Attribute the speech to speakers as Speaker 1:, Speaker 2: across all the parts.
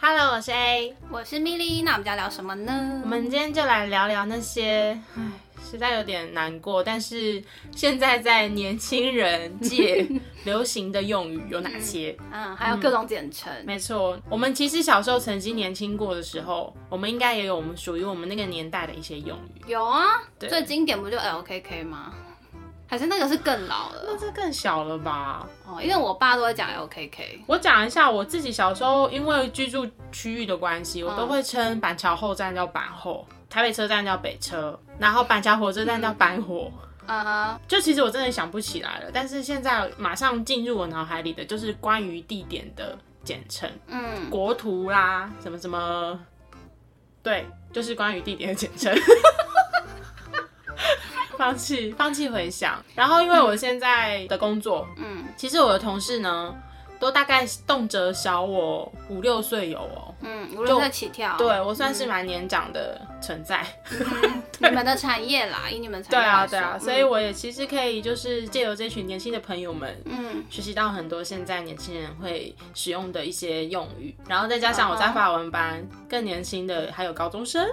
Speaker 1: Hello，我是 A，
Speaker 2: 我是米莉，那我们要聊什么呢？
Speaker 1: 我们今天就来聊聊那些，唉，实在有点难过，但是现在在年轻人 界流行的用语有哪些？
Speaker 2: 嗯，还有各种简称，
Speaker 1: 没错，我们其实小时候曾经年轻过的时候，我们应该也有我们属于我们那个年代的一些用语。
Speaker 2: 有啊，
Speaker 1: 对
Speaker 2: 最经典不就 LKK 吗？还是那个是更老
Speaker 1: 那
Speaker 2: 了
Speaker 1: 这更小了吧？
Speaker 2: 哦，因为我爸都会讲 LKK，
Speaker 1: 我讲一下我自己小时候，因为居住区域的关
Speaker 2: 嗯
Speaker 1: 系，我都会称板桥后站叫板后，台北车站叫北车，然后板桥火车站叫板火。
Speaker 2: 嗯哼，
Speaker 1: 就其实我真的想不起来了，但是现在马上进入我脑海里的就是关于地点的简称，
Speaker 2: 嗯，
Speaker 1: 国图啦，什么什么，对，就是关于地点的简称。 放弃，放弃回想。然后，因为我现在的工作，
Speaker 2: 嗯，
Speaker 1: 其实我的同事呢，都大概动辄小我五六岁有哦。
Speaker 2: 嗯，无论在起跳，
Speaker 1: 对我算是蛮年长的存在。
Speaker 2: 你们的产业 啦，以你们的产
Speaker 1: 对
Speaker 2: 业来
Speaker 1: 啊，
Speaker 2: 说
Speaker 1: 对啊，
Speaker 2: 嗯
Speaker 1: 所以我也其实可以就是借由这群年轻的朋友们，
Speaker 2: 嗯
Speaker 1: 学习到很多现在年轻人会使用的一些用语，然后再加上我在法文班，更年轻的还有高中生，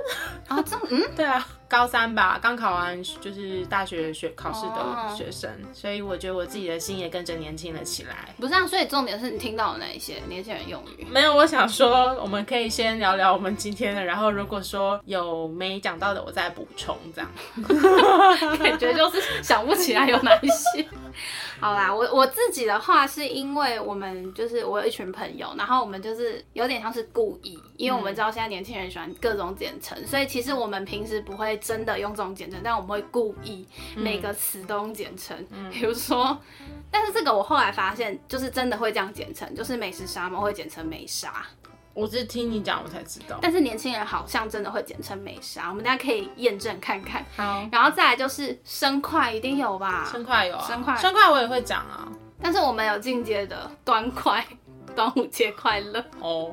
Speaker 2: 啊，这么嗯，
Speaker 1: 对啊，高三吧，刚考完就是大学学考试
Speaker 2: 哦
Speaker 1: 的学生，所以我觉得我自己的心也跟着年轻了起来。
Speaker 2: 不是啊，所以重点是你听到的那一些年轻人用语，
Speaker 1: 没有，我想说，我们可以先聊聊我们今天的，然后如果说有没讲到的，我再补充这样。
Speaker 2: 感觉就是想不起来有哪一些。 好啦，我我自己的话是因为我们就是我有一群朋友，然后我们就是有点像是故意，因为我们知道现在年轻人喜欢各种简称，所以其实我们平时不会真的用这种简称，但我们会故意每个词都用简称，比如说。但是这个我后来发现，就是真的会这样简称，就是美食沙漠会简称美沙，
Speaker 1: 我只是听你讲，我才知道。
Speaker 2: 但是年轻人好像真的会简称美沙，我们大家可以验证看看。
Speaker 1: 好，
Speaker 2: 然后再来就是生快一定有吧，
Speaker 1: 生快有啊，
Speaker 2: 生快
Speaker 1: 生快我也会讲啊。
Speaker 2: 但是我们有进阶的端快，端午节快 乐。
Speaker 1: 哦，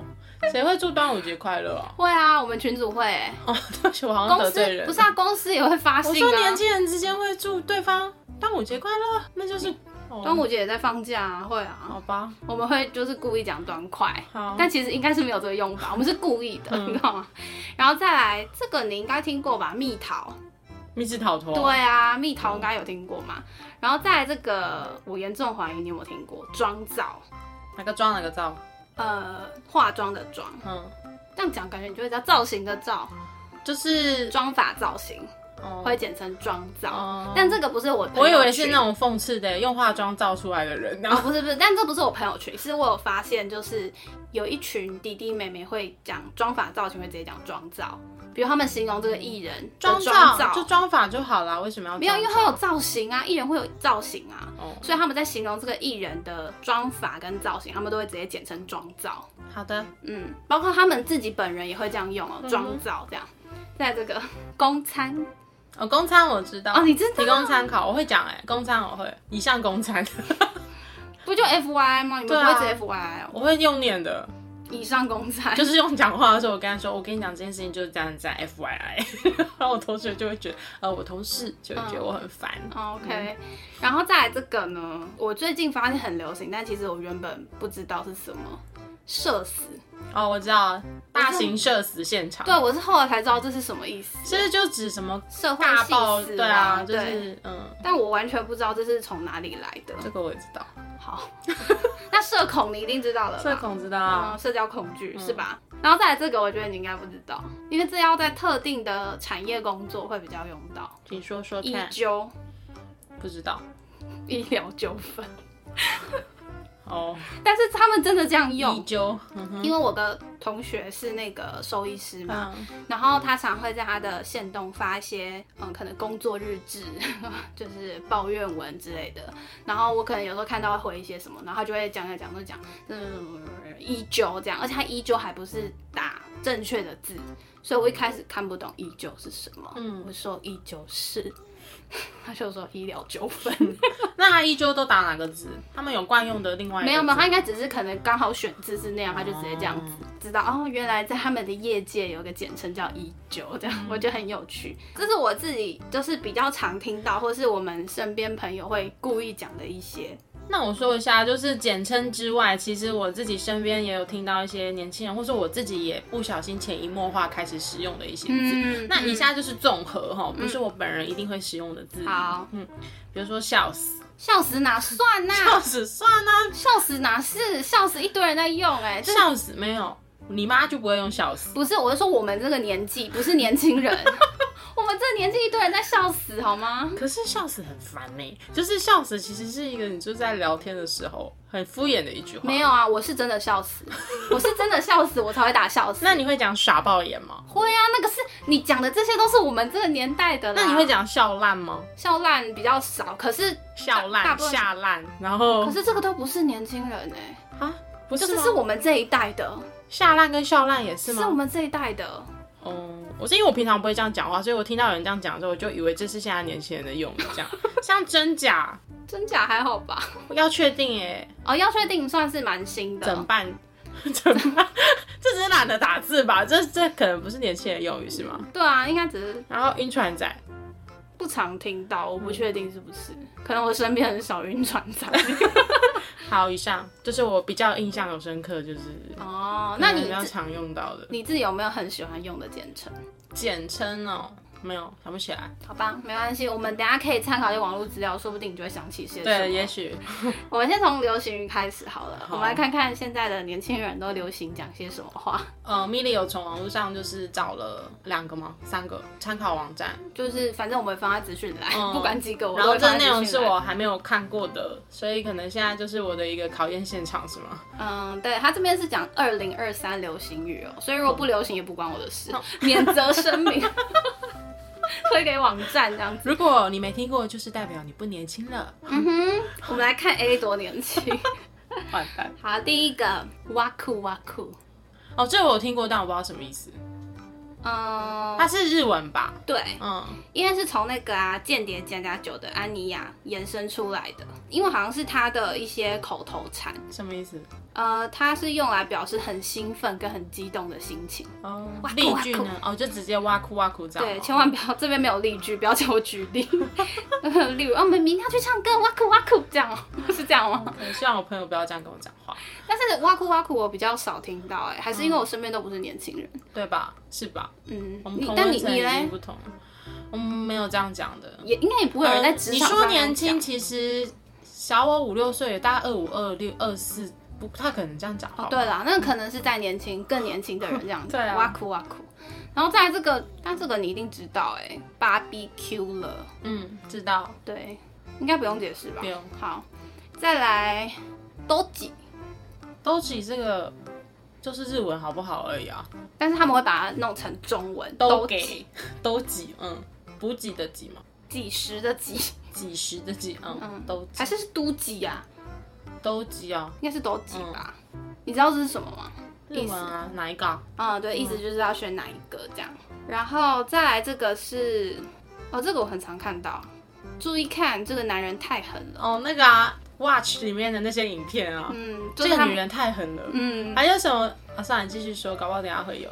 Speaker 1: 谁会祝端午节快乐啊？
Speaker 2: 会啊，我们群主会、欸，
Speaker 1: 哦，对不起，我好像
Speaker 2: 公
Speaker 1: 得罪
Speaker 2: 司
Speaker 1: 人。
Speaker 2: 不是啊，公司也会发信
Speaker 1: 我
Speaker 2: 啊。
Speaker 1: 说年轻人之间会祝对方端午节快乐，那就是、哦、
Speaker 2: 端午节也在放假啊，会啊，
Speaker 1: 好吧？
Speaker 2: 我们会就是故意讲端快，
Speaker 1: 好，
Speaker 2: 但其实应该是没有这个用 法，我们是故意的，
Speaker 1: 嗯
Speaker 2: 你知道吗？然后再来这个你应该听过吧，蜜桃，
Speaker 1: 密室逃脱，
Speaker 2: 对啊，蜜桃应该有听过嘛。然后再来这个，我严重怀疑你有没有听过妆造，
Speaker 1: 哪个妆哪个造？
Speaker 2: 呃，化妆的妆，
Speaker 1: 嗯，
Speaker 2: 这样讲感觉你就会叫造型的造，
Speaker 1: 就是
Speaker 2: 妆法造型。
Speaker 1: 哦
Speaker 2: 会简称妆造，
Speaker 1: 哦
Speaker 2: 但这个不是我朋
Speaker 1: 我以
Speaker 2: 友
Speaker 1: 为是
Speaker 2: 群
Speaker 1: 那种讽刺的，用化妆造出来的人，然
Speaker 2: 哦，
Speaker 1: 后
Speaker 2: 不是不是，但这不是我朋友群，是我有发现，就是有一群弟弟妹妹会讲妆法造型，会直接讲妆造，比如他们形容这个艺人的
Speaker 1: 妆
Speaker 2: 妆
Speaker 1: 造就妆法就好啦，为什么要
Speaker 2: 没有，因为
Speaker 1: 妆
Speaker 2: 会有造型啊，艺人会有造型啊，
Speaker 1: 造哦，
Speaker 2: 所以他们在形容这个艺人的妆法跟造型，他们都会直接简称妆造。
Speaker 1: 好的，
Speaker 2: 嗯，包括他们自己本人也会这样
Speaker 1: 嗯
Speaker 2: 用哦，妆造这样。在这个公餐
Speaker 1: 哦，公餐我知道
Speaker 2: 哦，你知道
Speaker 1: 提供参考，我会讲哎、公餐我会，以上公餐
Speaker 2: 不就 F Y I 吗？你们
Speaker 1: 对
Speaker 2: 不
Speaker 1: 啊
Speaker 2: 会直接 F Y I 哦？
Speaker 1: 我会用念的，
Speaker 2: 以上公餐
Speaker 1: 就是用讲话的时候，我跟他说，我跟你讲这件事情就是这样子啊，F Y I，然后 我同学就会觉得，呃，我同事就会觉得我很烦。
Speaker 2: 哦 OK，、
Speaker 1: 嗯
Speaker 2: 然后再来这个呢，我最近发现很流行，但其实我原本不知道是什么。社死，
Speaker 1: 哦，我知道，大型社死现场，
Speaker 2: 嗯对，我是后来才知道这是什么意思，
Speaker 1: 其实就指什么
Speaker 2: 社会
Speaker 1: 大爆，
Speaker 2: 性死
Speaker 1: 对啊，就
Speaker 2: 对，
Speaker 1: 是嗯，
Speaker 2: 但我完全不知道这是从哪里来的。
Speaker 1: 这个我也知道，
Speaker 2: 好，那社恐你一定知道了吧，
Speaker 1: 社恐知嗯道
Speaker 2: 嗯，
Speaker 1: 啊，
Speaker 2: 社交恐惧、是吧？然后再来这个，我觉得你应该不知道，因为这要在特定的产业工作会比较用到。
Speaker 1: 请说说
Speaker 2: 医
Speaker 1: 看，
Speaker 2: 纠，
Speaker 1: 不知道
Speaker 2: 医疗纠纷，
Speaker 1: 哦，
Speaker 2: 但是他们真的这样
Speaker 1: 一
Speaker 2: 用，
Speaker 1: 揪，嗯哼，
Speaker 2: 因为我的同学是那个兽医师嘛，
Speaker 1: 嗯
Speaker 2: 然后他常会在他的线动发一些，嗯，可能工作日志， 就是抱怨文之类的。然后我可能有时候看到会回一些什么，然后他就会讲讲讲就讲，嗯，依旧这样，而且他依旧还不是打正确的字，所以我一开始看不懂依旧是什么。嗯，我说依旧是， 他就说医疗纠纷，
Speaker 1: 那他依旧都打哪个字？他们有惯用的另外一个
Speaker 2: 没有没有，
Speaker 1: 字
Speaker 2: 他应该只是可能刚好选字是那样，他就直接这样子
Speaker 1: 哦
Speaker 2: 知道哦，原来在他们的业界有个简称叫一九，这
Speaker 1: 嗯
Speaker 2: 样我觉得很有趣。这是我自己就是比较常听到，或是我们身边朋友会故意讲的一些。
Speaker 1: 那我说一下，就是简称之外，其实我自己身边也有听到一些年轻人，或是我自己也不小心潜移默化开始使用的一些字。
Speaker 2: 嗯
Speaker 1: 那以下就是综合哈，不是我本人一定会使用的字。嗯
Speaker 2: 好，
Speaker 1: 比如说笑死，
Speaker 2: 笑死哪算呐、
Speaker 1: 笑死算啦、
Speaker 2: 笑死哪是笑死一堆人在用哎、这
Speaker 1: 笑死没有，你妈就不会用笑死。
Speaker 2: 不是，我是说我们这个年纪不是年轻人， 我们这个年纪一堆人在笑死好吗？
Speaker 1: 可是笑死很烦呢、就是笑死其实是一个你就在聊天的时候很敷衍的一句话。
Speaker 2: 没有啊，我是真的笑死，我是真的笑死，我才会打笑 死。
Speaker 1: 那你会讲傻爆眼吗？
Speaker 2: 会啊，那个是你讲的，这些都是我们这个年代的啦。
Speaker 1: 那你会讲笑烂吗？
Speaker 2: 笑烂比较少，可是
Speaker 1: 笑
Speaker 2: 大
Speaker 1: 烂、
Speaker 2: 部分
Speaker 1: 下烂，然后
Speaker 2: 可是这个都不是年轻人哎、
Speaker 1: 啊，不
Speaker 2: 就是
Speaker 1: 哦吗
Speaker 2: 是我们这一代的，
Speaker 1: 下烂跟笑烂也是
Speaker 2: 是
Speaker 1: 吗？
Speaker 2: 我们这一代的。
Speaker 1: 哦，我是因为我平常不会这样讲话，所以我听到有人这样讲的时候，我就以为这是现在年轻人的用语， 这样像真假
Speaker 2: 真假还好吧？
Speaker 1: 要确定耶，
Speaker 2: 哦，要确定算是蛮新
Speaker 1: 怎么
Speaker 2: 的，
Speaker 1: 办？ 怎么办？这只是懒得打字吧？这这可能不是年轻人用语是吗？
Speaker 2: 对啊，应该只是
Speaker 1: 然后晕船仔，
Speaker 2: 不常听到，
Speaker 1: 嗯
Speaker 2: 我不确定是不是，可能我身边很少晕船 仔。
Speaker 1: 好，以上就是我比较印象有深刻，就是
Speaker 2: 哦，那
Speaker 1: 可能
Speaker 2: 你
Speaker 1: 比较
Speaker 2: 自
Speaker 1: 常用到的
Speaker 2: 你自己有没有很喜欢用的简称？
Speaker 1: 简称哦，没有想不起来，
Speaker 2: 好吧，没关系，我们等一下可以参考一些网络资料，说不定你就会想起些什么。
Speaker 1: 对，也许
Speaker 2: 我们先从流行语开始好了，
Speaker 1: 好啊
Speaker 2: 我们来看看现在的年轻人都流行讲些什么话。
Speaker 1: 呃，米莉有从网络上就是找了两个吗？三个参考网站，
Speaker 2: 就是反正我们放在资讯栏，
Speaker 1: 嗯
Speaker 2: 不管几个我
Speaker 1: 然
Speaker 2: 都
Speaker 1: 后
Speaker 2: 会
Speaker 1: 这
Speaker 2: 放在
Speaker 1: 内容
Speaker 2: 资
Speaker 1: 是
Speaker 2: 讯栏。
Speaker 1: 我还没有看过的，所以可能现在就是我的一个考验现场，是吗？
Speaker 2: 嗯，对他这边是讲二零二三流行语哦，所以如果
Speaker 1: 嗯
Speaker 2: 不流行也不关我的事，免责声 明，推给网站这样子。
Speaker 1: 如果你没听过，就是代表你不年轻了，
Speaker 2: 嗯哼，我们来看 A 多 年轻。
Speaker 1: 完蛋。
Speaker 2: 好，第一个哇酷哇酷，
Speaker 1: 哦，这我有听过，但我不知道什么意思。
Speaker 2: 嗯，
Speaker 1: 它是日文吧？
Speaker 2: 对，
Speaker 1: 嗯，
Speaker 2: 因为是从那个啊《间谍加加酒》的安妮亚延伸出来的，因为好像是她的一些口头禅，
Speaker 1: 什么意思？
Speaker 2: 呃，它是用来表示很兴奋跟很激动的心情。
Speaker 1: 哦
Speaker 2: 哇，
Speaker 1: 例
Speaker 2: 酷
Speaker 1: 句
Speaker 2: 哇
Speaker 1: 呢？哦，就直接哇哭哇哭这样。
Speaker 2: 对，千万不要这边没有例句，不要叫我举例。 例如，啊，我们明天要去唱歌，哇酷哇酷，这样哦， 是这样吗？
Speaker 1: 对。希望我朋友不要这样跟我讲话，
Speaker 2: 但是哇酷哇酷我比较少听到、哎，还是因为我身边都不是年轻人。
Speaker 1: 对吧？是吧？
Speaker 2: 嗯，
Speaker 1: 嗯我们
Speaker 2: 你
Speaker 1: 同
Speaker 2: 但
Speaker 1: 温
Speaker 2: 你
Speaker 1: 层
Speaker 2: 你
Speaker 1: 已经
Speaker 2: 嘞，
Speaker 1: 不同了，我们没有这样讲的。
Speaker 2: 也应该也不会有人在职
Speaker 1: 呃你
Speaker 2: 场上、
Speaker 1: 说年轻，，其实小我五六岁，大概二五、二六、二四，不太可能这样讲话。
Speaker 2: 哦对啦，那可能是在年轻更年轻的人这样 子，
Speaker 1: 对啊
Speaker 2: 哇酷哇酷。然后再来这个，但这个你一定知道、哎，barbecue 了，
Speaker 1: 嗯，知道。
Speaker 2: 对，应该不用解释吧？
Speaker 1: 不用。
Speaker 2: 好，再来都挤，
Speaker 1: 都只这个就是日文好不好而已啊。
Speaker 2: 但是他们会把它弄成中文，
Speaker 1: 都
Speaker 2: 挤
Speaker 1: 给都几，嗯，补给的几嘛，
Speaker 2: 几十的几，
Speaker 1: 几十的几，嗯，都几
Speaker 2: 还是是都几啊？
Speaker 1: 都几啊，
Speaker 2: 应该是都几吧？
Speaker 1: 嗯
Speaker 2: 你知道这是什么吗？
Speaker 1: 日文啊，哪一个啊？
Speaker 2: 啊、对，意思就是要选哪一个这样。
Speaker 1: 嗯
Speaker 2: 然后再来这个是，哦，这个我很常看到。注意看，这个男人太狠了。
Speaker 1: 哦，那个啊，Watch 里面的那些影片啊，
Speaker 2: 嗯，
Speaker 1: 这
Speaker 2: 就是
Speaker 1: 个
Speaker 2: 他
Speaker 1: 女
Speaker 2: 们，
Speaker 1: 人太狠了。
Speaker 2: 嗯，
Speaker 1: 还有什么啊？算了，你继续说，搞不好等一下会有。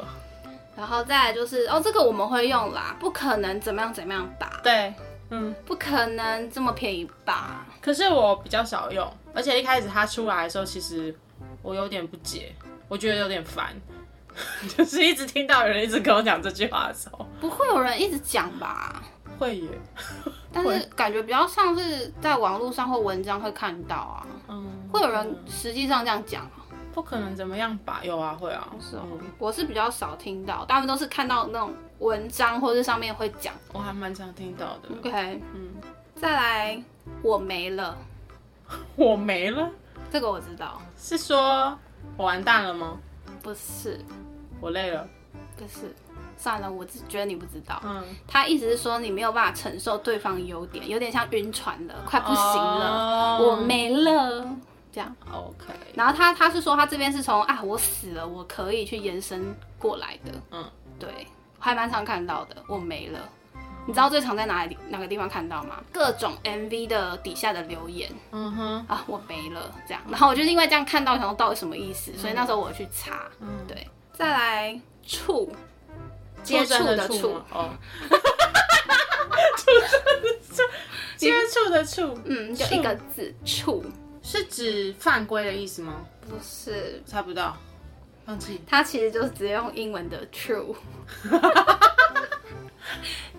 Speaker 2: 然后再来就是，哦，这个我们会用啦，不可能怎么样怎么样吧，
Speaker 1: 对，嗯，
Speaker 2: 不可能这么便宜吧，
Speaker 1: 可是我比较少用，而且一开始它出来的时候，其实我有点不解，我觉得有点烦， 就是一直听到有人一直跟我讲这句话的时候，
Speaker 2: 不会有人一直讲吧？
Speaker 1: 会耶，
Speaker 2: 但
Speaker 1: 会
Speaker 2: 是感觉比较像是在网络上或文章会看到啊，
Speaker 1: 嗯，
Speaker 2: 会有人实际上这样讲啊。
Speaker 1: 不可能怎么样吧？有啊，会啊，
Speaker 2: 是哦
Speaker 1: 嗯，
Speaker 2: 我是比较少听到，大部分都是看到那种文章或是上面会讲。
Speaker 1: 我还蛮常听到的。
Speaker 2: OK，
Speaker 1: 嗯，
Speaker 2: 再来，我没了，
Speaker 1: 我没了，
Speaker 2: 这个我知道，
Speaker 1: 是说我完蛋了吗？
Speaker 2: 不是
Speaker 1: 我累了。
Speaker 2: 不是，算了，我只觉得你不知道。
Speaker 1: 嗯，
Speaker 2: 他意思是说你没有办法承受对方优点，有点像晕船了，快不行了，
Speaker 1: 哦
Speaker 2: 我没了，这样。
Speaker 1: OK。
Speaker 2: 然后他他是说他这边是从啊我死了，我可以去延伸过来的，
Speaker 1: 嗯，
Speaker 2: 对，还蛮常看到的，我没了。你知道最常在哪里哪个地方看到吗？各种 MV 的底下的留言
Speaker 1: 嗯哼，
Speaker 2: 啊，我没了这样。然后我就是因为这样看到，想说到底什么意思，所以那时候我去查。
Speaker 1: 嗯
Speaker 2: 对，再来触接触
Speaker 1: 真
Speaker 2: 的
Speaker 1: 触
Speaker 2: 触
Speaker 1: 吗，哦， 接触的触
Speaker 2: 嗯，就一个字触，
Speaker 1: 是指犯规的意思吗？
Speaker 2: 不是。
Speaker 1: 猜不到，放弃。
Speaker 2: 它其实就是直接用英文的 true，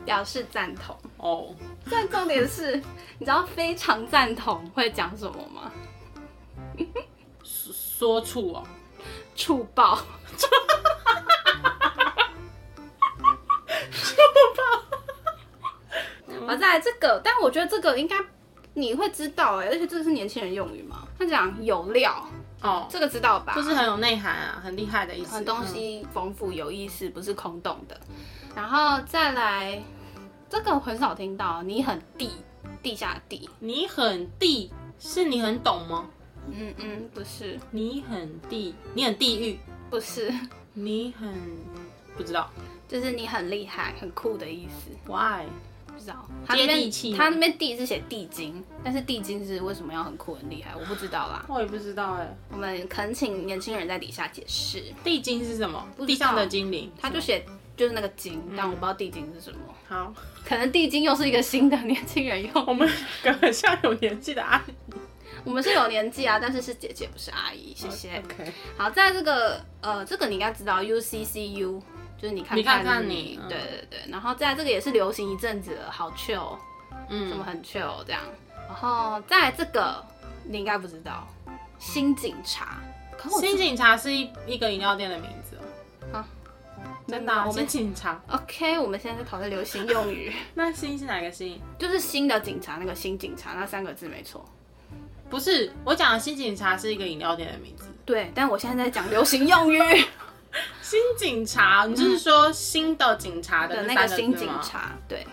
Speaker 2: 表示赞同。
Speaker 1: 哦，
Speaker 2: 但重点是，你知道非常赞同会讲什么吗？
Speaker 1: 说处哦，
Speaker 2: 触爆，触爆。我再来这个，但我觉得这个应该你会知道哎、而且这个是年轻人用语嘛。他讲有料，
Speaker 1: 哦，
Speaker 2: 这个知道吧？
Speaker 1: 就是很有内涵啊，很厉害的意思。嗯
Speaker 2: 很东西丰富有意思，不是空洞的。然后再来，这个我很少听到，你很地地下地，
Speaker 1: 嗯，你很地是你很懂吗？
Speaker 2: 嗯嗯，不是
Speaker 1: 你很地，你很地狱，
Speaker 2: 不是，
Speaker 1: 你很不知道
Speaker 2: 就是你很厉害、很酷的意思，
Speaker 1: why
Speaker 2: 不知道。他那
Speaker 1: 接地
Speaker 2: 边
Speaker 1: 气吗
Speaker 2: 他那边地是写地精，但是地精是为什么要很酷很厉害，我不知道啦。
Speaker 1: 我也不知道哎、
Speaker 2: 我们恳请年轻人在底下解释。
Speaker 1: 地精是什么？
Speaker 2: 不知道
Speaker 1: 地上的精灵，
Speaker 2: 他就写就是那个精，但我不知道地精是什么，
Speaker 1: 好，
Speaker 2: 可能地精又是一个新的年轻人用。
Speaker 1: 我们 两个很像有年纪的阿姨，
Speaker 2: 我们是有年纪啊，但是是姐姐不是阿姨，谢谢。
Speaker 1: OK，
Speaker 2: 好，在这个呃，这个你应该知道 UCCU，就是你看
Speaker 1: 你看
Speaker 2: 看
Speaker 1: 看你嗯
Speaker 2: 对对对。然后在这个也是流行一阵子了，好 chill，什
Speaker 1: 嗯，
Speaker 2: 么很 chill 这样。然后在这个你应该不知道，新警察，可我
Speaker 1: 新警察是一一个饮料店的名字哦、
Speaker 2: 啊
Speaker 1: 真的啊、
Speaker 2: 我
Speaker 1: 我
Speaker 2: 们
Speaker 1: 们警察，
Speaker 2: OK，我们现在在讨论流行用语，
Speaker 1: 那新是哪个新？
Speaker 2: 就是新的警察那个新警察那三个字没错。
Speaker 1: 不是，我讲的新警察是一个饮料店的名字。
Speaker 2: 对，但我现在在讲流行用语
Speaker 1: 新警察，你就是说新的警察的
Speaker 2: 的
Speaker 1: 那
Speaker 2: 那
Speaker 1: 三
Speaker 2: 个
Speaker 1: 字
Speaker 2: 新警
Speaker 1: 吗？
Speaker 2: 察，对，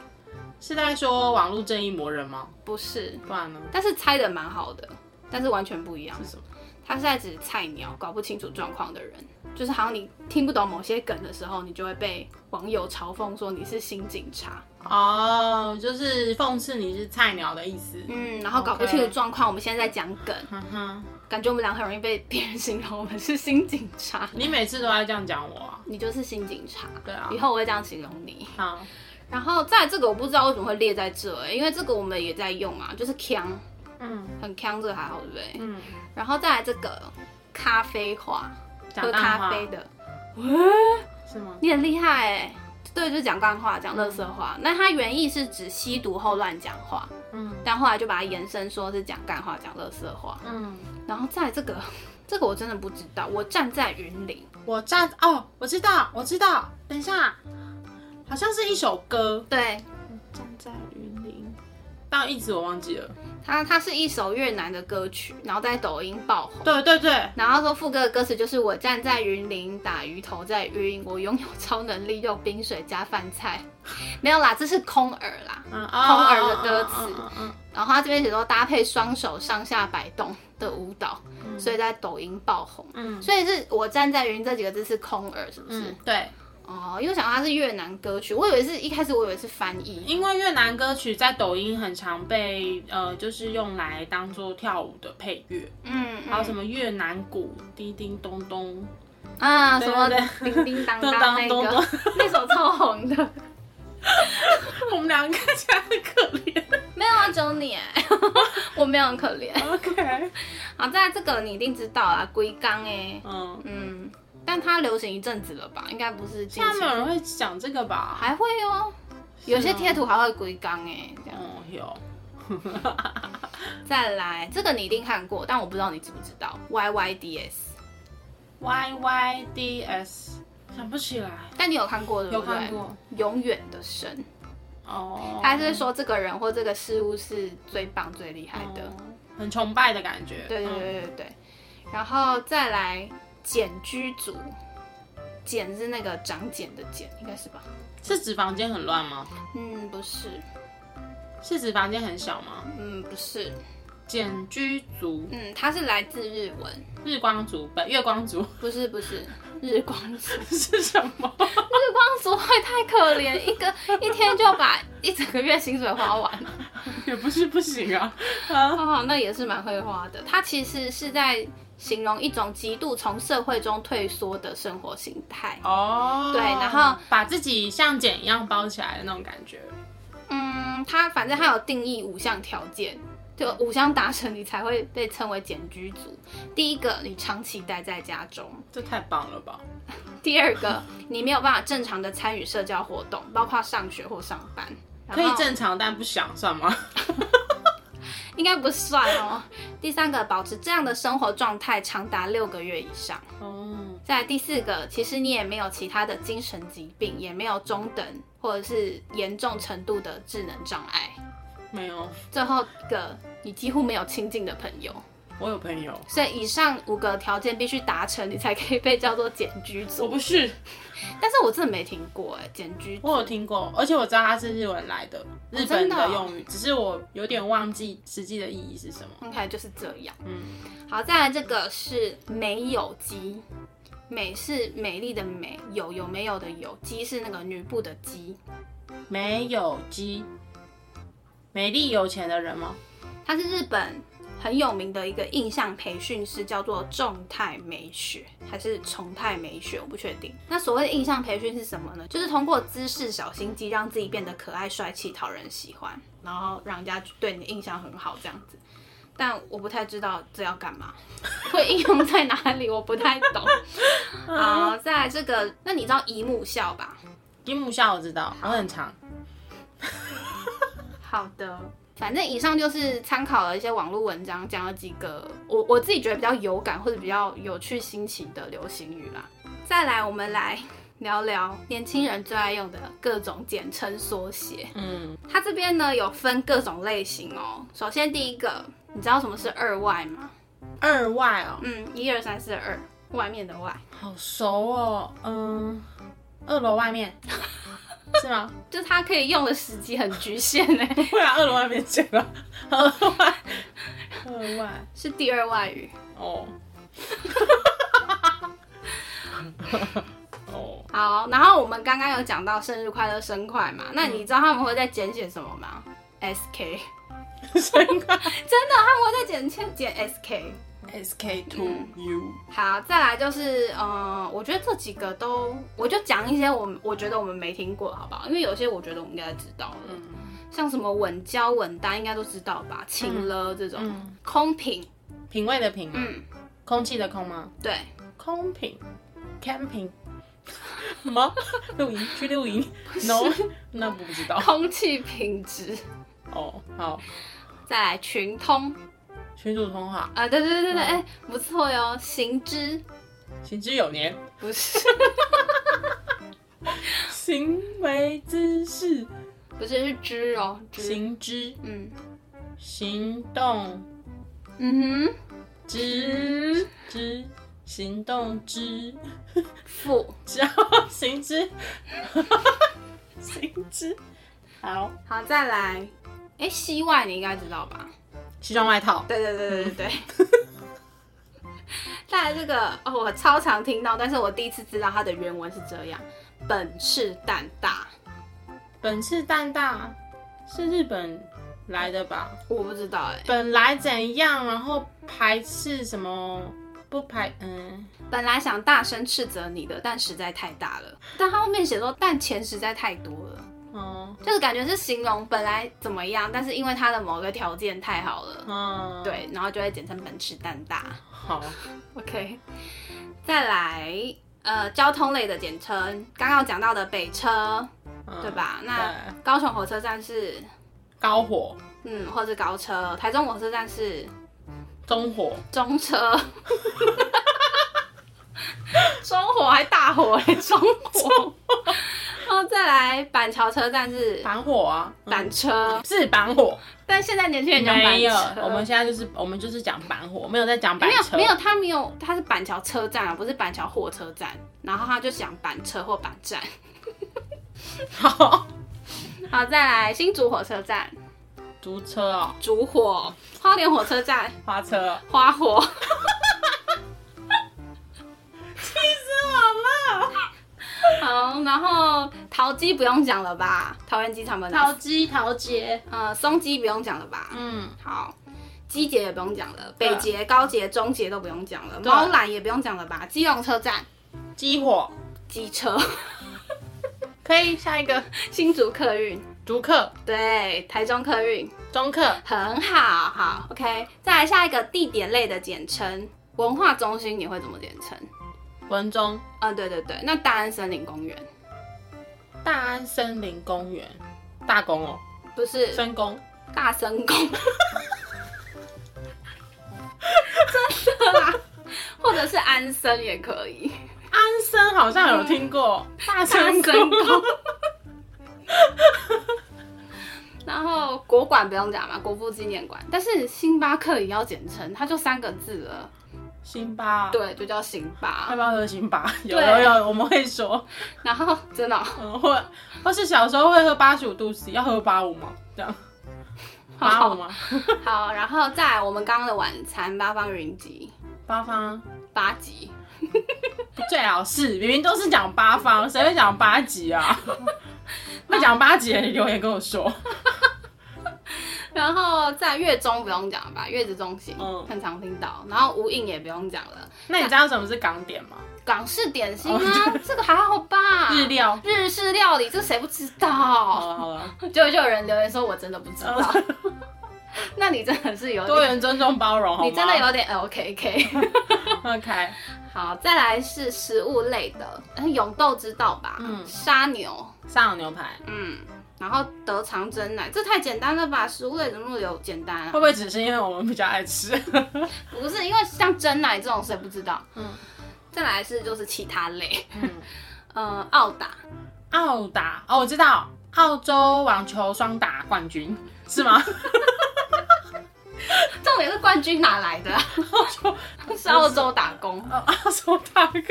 Speaker 1: 是在说网络正义魔人吗？
Speaker 2: 不是，
Speaker 1: 不然呢？
Speaker 2: 但是猜的蛮好的，但是完全不一样。
Speaker 1: 是什么？
Speaker 2: 他是在指菜鸟、搞不清楚状况的人，就是好像你听不懂某些梗的时候，你就会被网友嘲讽说你是新警察，
Speaker 1: 哦，就是讽刺你是菜鸟的意思。
Speaker 2: 嗯，然后搞不清楚
Speaker 1: OK
Speaker 2: 状况。我们现在在讲梗，
Speaker 1: 哼哼，
Speaker 2: 感觉我们俩很容易被别人形容我们是新警察，
Speaker 1: 你每次都在这样讲我啊。
Speaker 2: 你就是新警察。
Speaker 1: 对啊
Speaker 2: 以，后我会这样形容你。
Speaker 1: 好，
Speaker 2: 然后在这个我不知道为什么会列在这、欸因为这个我们也在用啊，就是腔，
Speaker 1: 嗯
Speaker 2: 很腔这个还好对不对？
Speaker 1: 嗯，
Speaker 2: 然后再来这个咖啡话，
Speaker 1: 讲
Speaker 2: 喝
Speaker 1: 大
Speaker 2: 咖
Speaker 1: 话
Speaker 2: 啡的，
Speaker 1: 是吗？
Speaker 2: 你很厉害哎、对，就是讲干话，讲乐色话。那它原意是指吸毒后乱讲话，
Speaker 1: 嗯
Speaker 2: 但后来就把它延伸说是讲干话、讲乐色话。
Speaker 1: 嗯，
Speaker 2: 然后在这个， 这个我真的不知道。我站在云林，
Speaker 1: 我站哦，我知道，我知道。等一下，好像是一首歌。
Speaker 2: 对，
Speaker 1: 站在云林，但一直我忘记了。
Speaker 2: 它它是一首越南的歌曲，然后在抖音爆红。
Speaker 1: 对对对，
Speaker 2: 然后说副歌的歌词就是我站在云林打鱼头在晕，我拥有超能力用冰水加饭菜，没有啦，这是空耳啦。
Speaker 1: 嗯，
Speaker 2: 空耳的歌词
Speaker 1: 嗯嗯嗯嗯嗯
Speaker 2: 然后他这边写说搭配双手上下摆动的舞蹈，所以在抖音爆红。
Speaker 1: 嗯
Speaker 2: 所以是我站在云这几个字是空耳，是不是？
Speaker 1: 嗯，对，
Speaker 2: 哦，因为我想到它是越南歌曲，我以为是一开始我以为是翻译。
Speaker 1: 因为越南歌曲在抖音很常被呃，就是用来当做跳舞的配乐，
Speaker 2: 嗯，
Speaker 1: 还有什么越南鼓叮叮咚咚，
Speaker 2: 啊？什
Speaker 1: 对
Speaker 2: 么
Speaker 1: 对
Speaker 2: 叮叮当当 那
Speaker 1: 当当咚咚
Speaker 2: 个 那首超红的，
Speaker 1: 我们两个看起来很可怜。
Speaker 2: 没有啊，只有你哎， 我没有很可怜。
Speaker 1: OK，
Speaker 2: 好，在这个你一定知道啦，龟缸哎，
Speaker 1: 嗯，
Speaker 2: 嗯，但它流行一阵子了吧？应该不是
Speaker 1: 现
Speaker 2: 近
Speaker 1: 在
Speaker 2: 期
Speaker 1: 没有人会讲这个吧？
Speaker 2: 还会哦，有些贴图还会龟缸哎，这样。
Speaker 1: 哦 有，
Speaker 2: 再来，这个你一定看过，但我不知道你知不知道。Y Y D S，
Speaker 1: Y Y D S，想不起来，
Speaker 2: 但你有看过对不
Speaker 1: 有
Speaker 2: 对？
Speaker 1: 看过
Speaker 2: 永远的神，
Speaker 1: 哦，
Speaker 2: 他是说这个人或这个事物是最棒、最厉害的。
Speaker 1: 哦很崇拜的感觉，
Speaker 2: 对对
Speaker 1: 嗯
Speaker 2: 对对对。然后再来，简居族，简是那个长茧的茧，应该是吧？
Speaker 1: 是指房间很乱吗？
Speaker 2: 嗯，不是，
Speaker 1: 是指房间很小吗？
Speaker 2: 嗯，不是，
Speaker 1: 简居族、
Speaker 2: 嗯，它是来自日文，
Speaker 1: 日光族、本月光族，
Speaker 2: 不是，不是， 日光族，
Speaker 1: 是什么？
Speaker 2: 日光族会太可怜，一个一天就把一整个月薪水花完了。
Speaker 1: 也不是不行啊。啊，
Speaker 2: 哦，那也是蛮会花的。他其实是在形容一种极度从社会中退缩的生活形态。
Speaker 1: 哦，
Speaker 2: 对然后
Speaker 1: 把自己像茧一样包起来的那种感觉。
Speaker 2: 嗯，他反正他有定义五项条件，就五项达成你才会被称为简居族。第一个，你长期待在家中；
Speaker 1: 这太棒了吧！
Speaker 2: 第二个， 你没有办法正常的参与社交活动，包括上学或上班。然
Speaker 1: 可
Speaker 2: 后
Speaker 1: 以正常但不想算吗？
Speaker 2: 应该不算哦。第三个，保持这样的生活状态长达六个月以上。
Speaker 1: 哦，
Speaker 2: 再来第四个，其实你也没有其他的精神疾病，也没有中等或者是严重程度的智能障碍。
Speaker 1: 没有，
Speaker 2: 最后一个，你几乎没有亲近的朋友。
Speaker 1: 我有朋友，
Speaker 2: 所以以上五个条件必须达成，你才可以被叫做简居
Speaker 1: 我
Speaker 2: 族。
Speaker 1: 不是，
Speaker 2: 但是我真的没听过哎、简居族
Speaker 1: 我有听过，而且我知道它是日文来的，日本
Speaker 2: 真的
Speaker 1: 的
Speaker 2: 哦
Speaker 1: 用语，只是我有点忘记实际的意义是什么。
Speaker 2: OK 就是这样。
Speaker 1: 嗯，
Speaker 2: 好，再来这个是美有姬，美是美丽的美，有有没有的有，姬是那个女部的姬，
Speaker 1: 没有鸡，美丽有钱的人吗？
Speaker 2: 她是日本很有名的一个印象培训师，叫做众泰美雪还是重泰美雪，我不确定。那所谓的印象培训是什么呢？就是通过姿势小心机，让自己变得可爱、帅气、讨人喜欢，然后让人家对你的印象很好这样子。但我不太知道这要干嘛，会应用在哪里，我不太懂。好，再来这个，那你知道姨母笑吧？
Speaker 1: 樱木下我知道，我很长。
Speaker 2: 好的，反正以上就是参考了一些网络文章，讲了几个我我自己觉得比较有感或者比较有趣新奇的流行语啦。再来，我们来聊聊年轻人最爱用的各种简称缩写。
Speaker 1: 嗯，
Speaker 2: 它这边呢有分各种类型哦。首先第一个，你知道什么是二外吗？
Speaker 1: 二外哦，
Speaker 2: 嗯，一二三四二，外面的外，
Speaker 1: 好熟哦，嗯，二楼外 面是吗？
Speaker 2: 就是它可以用的时机很局限哎、
Speaker 1: 不然啊二楼外面见了， 二外，二外
Speaker 2: 是第二外语。
Speaker 1: 哦， 哦，
Speaker 2: 好，然后我们刚刚有讲到生日快乐生快嘛，那你知道他们会在简写什么吗？SK，
Speaker 1: 真的
Speaker 2: 真的，他们会在简简简 SK。
Speaker 1: S K two U
Speaker 2: 好，再来就是，嗯、我觉得这几个都，我就讲一些我们我觉得我们没听过，好不好？因为有些我觉得我们应该知道了，像什么稳交、稳单，应该都知道吧？情了这种，
Speaker 1: 嗯
Speaker 2: 空瓶，
Speaker 1: 品味的品，
Speaker 2: 嗯，
Speaker 1: 空气的空吗？
Speaker 2: 对，
Speaker 1: 空品，camping 什么？ 露营去露营？No，那不知 道
Speaker 2: 空气品质。
Speaker 1: 哦。好，
Speaker 2: 再来群通
Speaker 1: 群主通话，
Speaker 2: 啊，对对对对对，哎、不错哟，行之
Speaker 1: 行之有年，
Speaker 2: 不是。
Speaker 1: 行为姿势，
Speaker 2: 不是是知哦，知。
Speaker 1: 行之
Speaker 2: 嗯
Speaker 1: 行动
Speaker 2: 嗯哼，
Speaker 1: 之之行动之
Speaker 2: 负。
Speaker 1: 之行之行之好，
Speaker 2: 好，再来。哎，西外你应该知道吧？
Speaker 1: 西装外套，
Speaker 2: 对对对对对对。嗯 再来这个哦，我超常听到，但是我第一次知道它的原文是这样：本是蛋大，
Speaker 1: 本次蛋大是日本来的吧？
Speaker 2: 我不知道哎、
Speaker 1: 本来怎样，然后排斥什么不排嗯，
Speaker 2: 本来想大声斥责你的，但实在太大了。但它后面写说，但钱实在太多了，
Speaker 1: 哦
Speaker 2: 就是感觉是形容本来怎么样，但是因为它的某个条件太好了，
Speaker 1: 哦，，
Speaker 2: 对，然后就会简称本是蛋大。
Speaker 1: 好，
Speaker 2: OK，再来，呃，交通类的简称，刚刚有讲到的北车，
Speaker 1: 嗯
Speaker 2: 对？吧？那
Speaker 1: 对
Speaker 2: 高雄火车站是，
Speaker 1: 高火、
Speaker 2: 嗯，或是高车；台中火车站是
Speaker 1: 中火、
Speaker 2: 中车。中火还大火嘞、中火。然后再来板桥车站是
Speaker 1: 板火啊，嗯
Speaker 2: 板车，
Speaker 1: 是板火，
Speaker 2: 但现在年轻人讲板
Speaker 1: 没有，
Speaker 2: 车，
Speaker 1: 我们现在就是我们就是讲板火，没有在讲板
Speaker 2: 没
Speaker 1: 车，
Speaker 2: 有没有，他没有，他是板桥车站啊，不是板桥火车站。然后他就讲板车或板站。
Speaker 1: 好，
Speaker 2: 好，再来新竹火车站，
Speaker 1: 竹车哦，
Speaker 2: 竹火；花莲火车站，
Speaker 1: 花车，哦
Speaker 2: 花火。
Speaker 1: 气死我了！
Speaker 2: 然后桃机不用讲了吧，桃园机场本
Speaker 3: 桃
Speaker 2: 岛，
Speaker 3: 机桃捷，
Speaker 2: 呃，松机不用讲了吧，
Speaker 3: 嗯，
Speaker 2: 好。机捷也不用讲了，
Speaker 1: 对
Speaker 2: 北捷、高捷、中捷都不用讲了，
Speaker 1: 对
Speaker 2: 猫缆也不用讲了吧？基隆车站、
Speaker 1: 激火
Speaker 2: 机车、
Speaker 1: 可以下一个
Speaker 2: 新竹客运，
Speaker 1: 竹客、
Speaker 2: 对，台中客运，
Speaker 1: 中客、
Speaker 2: 很好，好，OK。再来下一个地点类的简称，文化中心你会怎么简称？
Speaker 1: 文中、
Speaker 2: 啊，对对对，那大安森林公园
Speaker 1: 大安森林公园、大公哦、
Speaker 2: 不是
Speaker 1: 深宫、
Speaker 2: 大森宫，真的
Speaker 1: 啊
Speaker 2: 啦，或者是安森也可以，
Speaker 1: 安森好像有听过，嗯大
Speaker 2: 安
Speaker 1: 森
Speaker 2: 森
Speaker 1: 宫
Speaker 2: 宫。然后国馆不用讲嘛，国父纪念馆。但是星巴克也要简称，它就三个字了，
Speaker 1: 辛巴，，
Speaker 2: 对，就叫星
Speaker 1: 要
Speaker 2: 巴
Speaker 1: 不。要喝辛巴？有有
Speaker 2: 对
Speaker 1: 有，我们会说，
Speaker 2: 然后真的哦、
Speaker 1: 嗯，或或是小时候会喝八十五度 C，要喝八五吗？这样，八五吗？
Speaker 2: 好，然后再来我们刚刚的晚餐，八方云集，
Speaker 1: 八方
Speaker 2: 八集，
Speaker 1: 最好是，明明都是讲八方，谁会讲八级啊？ 会讲八级的留言跟我说，
Speaker 2: 然后在月中不用讲了吧，月子中心，
Speaker 1: 嗯
Speaker 2: 很常听到。然后无印也不用讲了，
Speaker 1: 那你知道什么是港点吗？
Speaker 2: 港式点心啊，这个还好吧？
Speaker 1: 哦日料。
Speaker 2: 日式料理，这谁不知
Speaker 1: 好
Speaker 2: 道？
Speaker 1: 了好了，
Speaker 2: 就就有人留言说，我真的不知道。 那你真的是有
Speaker 1: 哦多
Speaker 2: 点，
Speaker 1: 元尊重包容，好吗
Speaker 2: 你真的有点 LKK。
Speaker 1: OK，
Speaker 2: 好，再来是食物类的，呃永豆知道吧？
Speaker 1: 嗯
Speaker 2: 沙牛，
Speaker 1: 上了牛排
Speaker 2: 嗯，然后德肠蒸奶，这太简单了吧？食物类怎么有简单啊
Speaker 1: 会？不会只是因为我们比较爱吃？
Speaker 2: 不是，因为像真奶这种谁不知道？
Speaker 1: 嗯
Speaker 2: 再来是就是其他类，
Speaker 1: 嗯，
Speaker 2: 呃，澳打
Speaker 1: 澳打哦，我知道，澳洲网球双打冠军是吗？
Speaker 2: 重点是冠军哪 来的啊？
Speaker 1: 澳洲
Speaker 2: 是澳洲打工。
Speaker 1: 哦，澳洲大哥，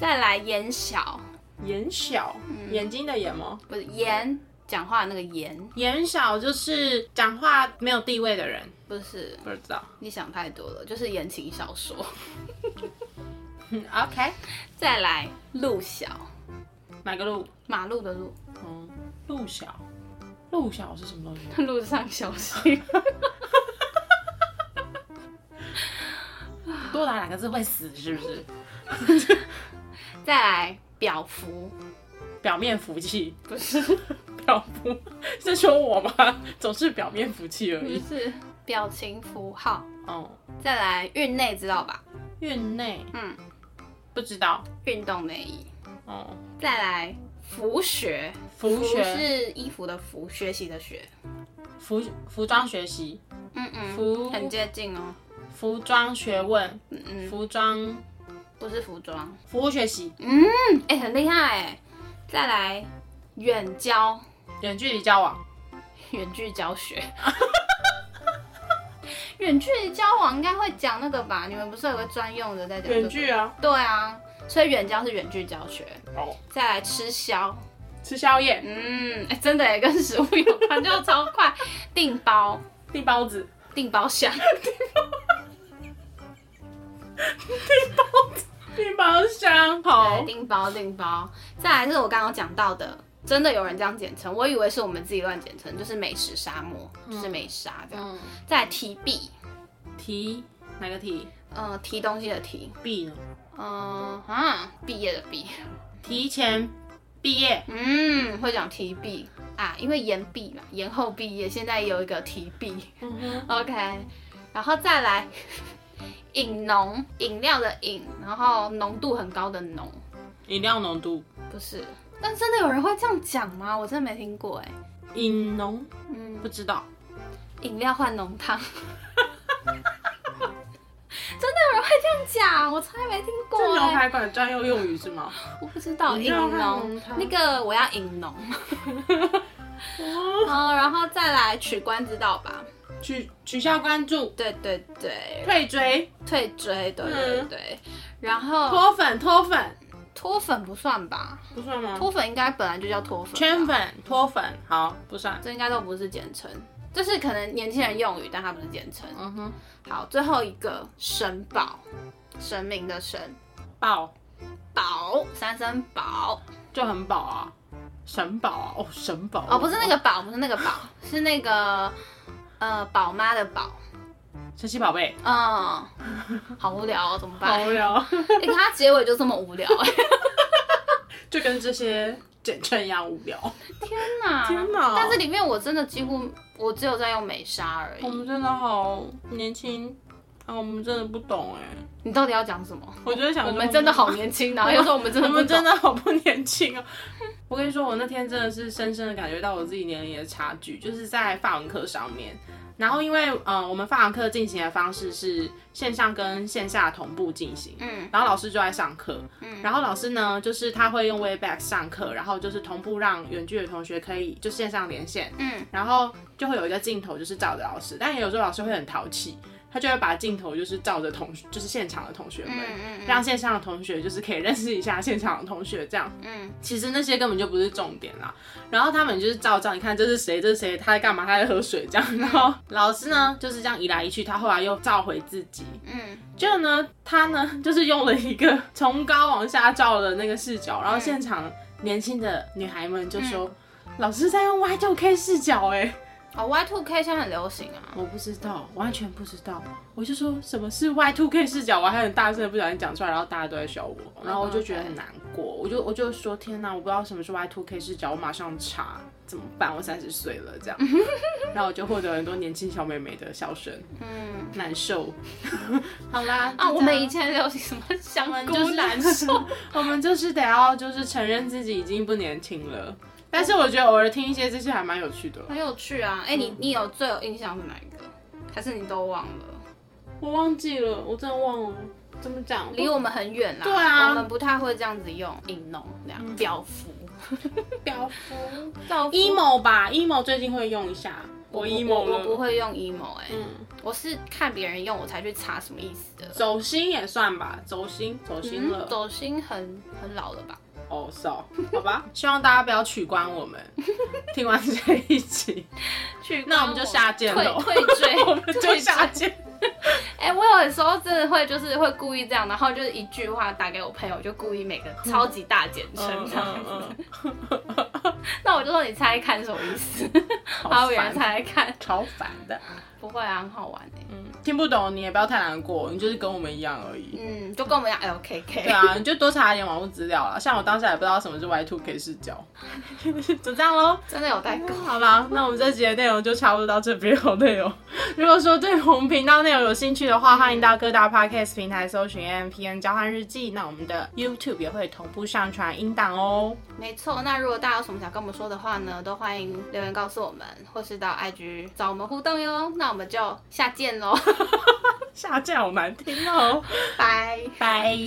Speaker 2: 再来眼小，
Speaker 1: 眼小，眼睛的眼吗？
Speaker 2: 不是眼，讲话的那个眼，
Speaker 1: 眼小就是讲话没有地位的人，
Speaker 2: 不是
Speaker 1: 不知道。
Speaker 2: 你想太多了，就是言情小说。
Speaker 1: 嗯，OK，
Speaker 2: 再来路小，
Speaker 1: 哪个路？
Speaker 2: 马路的路，
Speaker 1: 嗯，路小，路小是什么东西？
Speaker 2: 路上小心。
Speaker 1: 多打两个字会死是不是？
Speaker 2: 再来表服，
Speaker 1: 表面服气，
Speaker 2: 不是
Speaker 1: 表服是说我吗？ 总是表面服气而
Speaker 2: 不
Speaker 1: 已。
Speaker 2: 是表情符号。
Speaker 1: 哦，
Speaker 2: 再来运内知道吧？
Speaker 1: 运内
Speaker 2: 嗯，
Speaker 1: 不知道。
Speaker 2: 运动内衣。
Speaker 1: 哦，
Speaker 2: 再来服学，
Speaker 1: 服学，
Speaker 2: 是衣服的服，学习的学。
Speaker 1: 服服装学习，
Speaker 2: 嗯嗯，
Speaker 1: 服
Speaker 2: 很接近哦。
Speaker 1: 服装学问，
Speaker 2: 嗯嗯，
Speaker 1: 服装
Speaker 2: 不是服装。
Speaker 1: 服务学习，
Speaker 2: 嗯，哎、很厉害哎。再来远交，
Speaker 1: 远距离交往，
Speaker 2: 远距教 学。远距离交往应该会讲那个吧？你们不是有个专用的在讲、这个？
Speaker 1: 啊。
Speaker 2: 对啊，所以远交是远距教学。
Speaker 1: 哦，
Speaker 2: 再来吃宵，
Speaker 1: 吃宵夜，
Speaker 2: 嗯，哎、真的也跟食物有关，就超快。订包，
Speaker 1: 订包子，
Speaker 2: 订包厢。
Speaker 1: 订包厢，好
Speaker 2: 对，订包订包。再来是我刚刚讲到的，真的有人这样简称，我以为是我们自己乱简称，就是美食沙漠，就是美沙这样。
Speaker 1: 嗯，
Speaker 2: 再来提币，
Speaker 1: 提哪个提？
Speaker 2: 呃，提东西的提，
Speaker 1: 毕呢？
Speaker 2: 嗯、啊，毕业的毕，
Speaker 1: 提前毕业，
Speaker 2: 嗯，会讲提币啊，因为延毕嘛，延后毕业，现在有一个提币，OK，然后再来。饮浓，饮料的饮，然后浓度很高的浓，
Speaker 1: 饮料浓度，
Speaker 2: 不是。但真的有人会这样讲吗？我真的没听过哎、
Speaker 1: 饮浓
Speaker 2: 嗯，
Speaker 1: 不知道，
Speaker 2: 饮料换浓汤。 真的有人会这样讲，我从来没听过、
Speaker 1: 这牛
Speaker 2: 欸。
Speaker 1: 排馆专用用语是吗？
Speaker 2: 我不知道饮
Speaker 1: 饮料换
Speaker 2: 浓
Speaker 1: 浓，汤
Speaker 2: 那个我要饮浓。哦，然后再来取关知道吧？
Speaker 1: 取取消关注，
Speaker 2: 对对对，
Speaker 1: 退追，
Speaker 2: 退追，对对
Speaker 1: 嗯
Speaker 2: 对。然后
Speaker 1: 脱粉，脱粉
Speaker 2: 脱粉不算吧？
Speaker 1: 不算吗？
Speaker 2: 脱粉应该本来就叫脱粉吧，
Speaker 1: 圈粉、脱粉，好不算。
Speaker 2: 这应该都不是简称，这是可能年轻人用语，但它不是简称。
Speaker 1: 嗯哼，
Speaker 2: 好，最后一个神宝，神明的神
Speaker 1: 爆
Speaker 2: 宝，堡、三生堡
Speaker 1: 就很饱啊，神堡啊，哦，神堡
Speaker 2: 哦，不是那个堡，不是那个堡，是那个呃宝妈的宝。
Speaker 1: 神奇宝贝，
Speaker 2: 嗯，好无聊、哦，怎么办？
Speaker 1: 无聊，
Speaker 2: 你看它结尾就这么无聊、哎，
Speaker 1: 就跟这些简称一样无聊。
Speaker 2: 天哪！
Speaker 1: 天哪
Speaker 2: 但是里面我真的几乎我只有在用美莎而
Speaker 1: 我
Speaker 2: 已。
Speaker 1: 们真的好年轻啊，我们真的不懂哎、
Speaker 2: 你到底要讲什么？
Speaker 1: 我就在想说
Speaker 2: 我们真的好年轻，然后又说 我们真
Speaker 1: 我
Speaker 2: 的不
Speaker 1: 们真
Speaker 2: 懂
Speaker 1: 的好不年轻啊！ 我跟你说，我那天真的是深深的感觉到我自己年龄的差距，就是在法文课上面。然后因为呃，我们法文课进行的方式是线上跟线下同步进行，
Speaker 2: 嗯，
Speaker 1: 然后老师就在上课，嗯，然后老师呢，就是他会用 Webex 上课，然后就是同步让远距的同学可以就线上连线，
Speaker 2: 嗯，
Speaker 1: 然后就会有一个镜头就是照着老师，但也有时候老师会很淘气，他就会把镜头就是照着同就是现场的同学们，
Speaker 2: 嗯嗯
Speaker 1: 让线上的同学就是可以认识一下现场的同学，这样。
Speaker 2: 嗯，
Speaker 1: 其实那些根本就不是重点啦。然后他们就是照照，你看这是谁，这是谁，他在干嘛，他在喝水这样。 然后老师呢就是这样一来一去，他后来又照回自己。
Speaker 2: 嗯，
Speaker 1: 就呢，他呢就是用了一个从高往下照的那个视角，
Speaker 2: 嗯
Speaker 1: 然后现场年轻的女孩们就说。老师在用 Y 九 K 视角哎、
Speaker 2: 哦，Y Two K 现在很流行啊。
Speaker 1: 我不知道，完全不知道。我就说什么是 Y two K 视角，我还很大声的不小心讲出来，然后大家都在笑我，然后我就觉得很难过。我就我就说天哪，我不知道什么是 Y two K 视角，我马上查怎么办？我三十岁了这样， 然后我就获得很多年轻小妹妹的笑声，
Speaker 2: 嗯，
Speaker 1: 难受。好 啦，
Speaker 2: 啊，
Speaker 1: 就
Speaker 2: 我
Speaker 1: 这
Speaker 2: 们
Speaker 1: 样
Speaker 2: 以前流行什么香
Speaker 1: 我们就
Speaker 2: 菇
Speaker 1: 是
Speaker 2: 难受，
Speaker 1: 我们就是得要就是承认自己已经不年轻了，但是我觉得偶尔听一些这些还蛮有趣的。
Speaker 2: 很有趣啊。哎，你你有最有印象是哪一个？还是你都忘了？
Speaker 1: 我忘记了，我真的忘了怎么讲。
Speaker 2: 离我们很远啦。
Speaker 1: 对啊
Speaker 2: 我们不太会这样子用引农这样表服。
Speaker 1: 表服。
Speaker 2: 嗯表服
Speaker 1: emo 吧，emo 最近会用一下。我
Speaker 2: 我
Speaker 1: emo
Speaker 2: 我不
Speaker 1: 了，
Speaker 2: 会用 emo 哎、
Speaker 1: 嗯
Speaker 2: 我是看别人用我才去查什么意思的。
Speaker 1: 走心也算吧，走心，走心了。
Speaker 2: 嗯走心很很老了吧？
Speaker 1: 哦，少，好吧。 希望大家不要取关我 们。听完这一集，
Speaker 2: 去，
Speaker 1: 那我们就下见
Speaker 2: 退
Speaker 1: 咯
Speaker 2: 退追，
Speaker 1: 我们就
Speaker 2: 退
Speaker 1: 下
Speaker 2: 追。
Speaker 1: 见。
Speaker 2: 哎、我有的时候真的会就是会故意这样，然后就是一句话打给我朋友，就故意每个超级大简称
Speaker 1: 嗯
Speaker 2: 这样子。 嗯那我就说你猜猜看什么意思，然后
Speaker 1: 好
Speaker 2: 别人
Speaker 1: 烦，
Speaker 2: 猜猜看，
Speaker 1: 超烦的。
Speaker 2: 不会啊，很好玩哎、
Speaker 1: 嗯，听不懂你也不要太难过，你就是跟我们一样而已。
Speaker 2: 嗯，就跟我们讲 LKK。
Speaker 1: 对啊，你就多查一点网络资料啦。像我当下也不知道什么是 Y two K 视 角， 就这样喽。
Speaker 2: 真的有代沟。
Speaker 1: 好啦，那我们这集的内容就差不多到这边有内容。 如果说对我们频道内容有兴趣的话，欢迎到各大 podcast 平台搜寻 M P N 交换日记。那我们的 YouTube 也会同步上传音档哦。
Speaker 2: 没错，那如果大家有什么想跟我们说的话呢，都欢迎留言告诉我们，或是到 IG 找我们互动哟。那我们就下见喽，
Speaker 1: 下架好难听哦，
Speaker 2: 拜。
Speaker 1: 拜。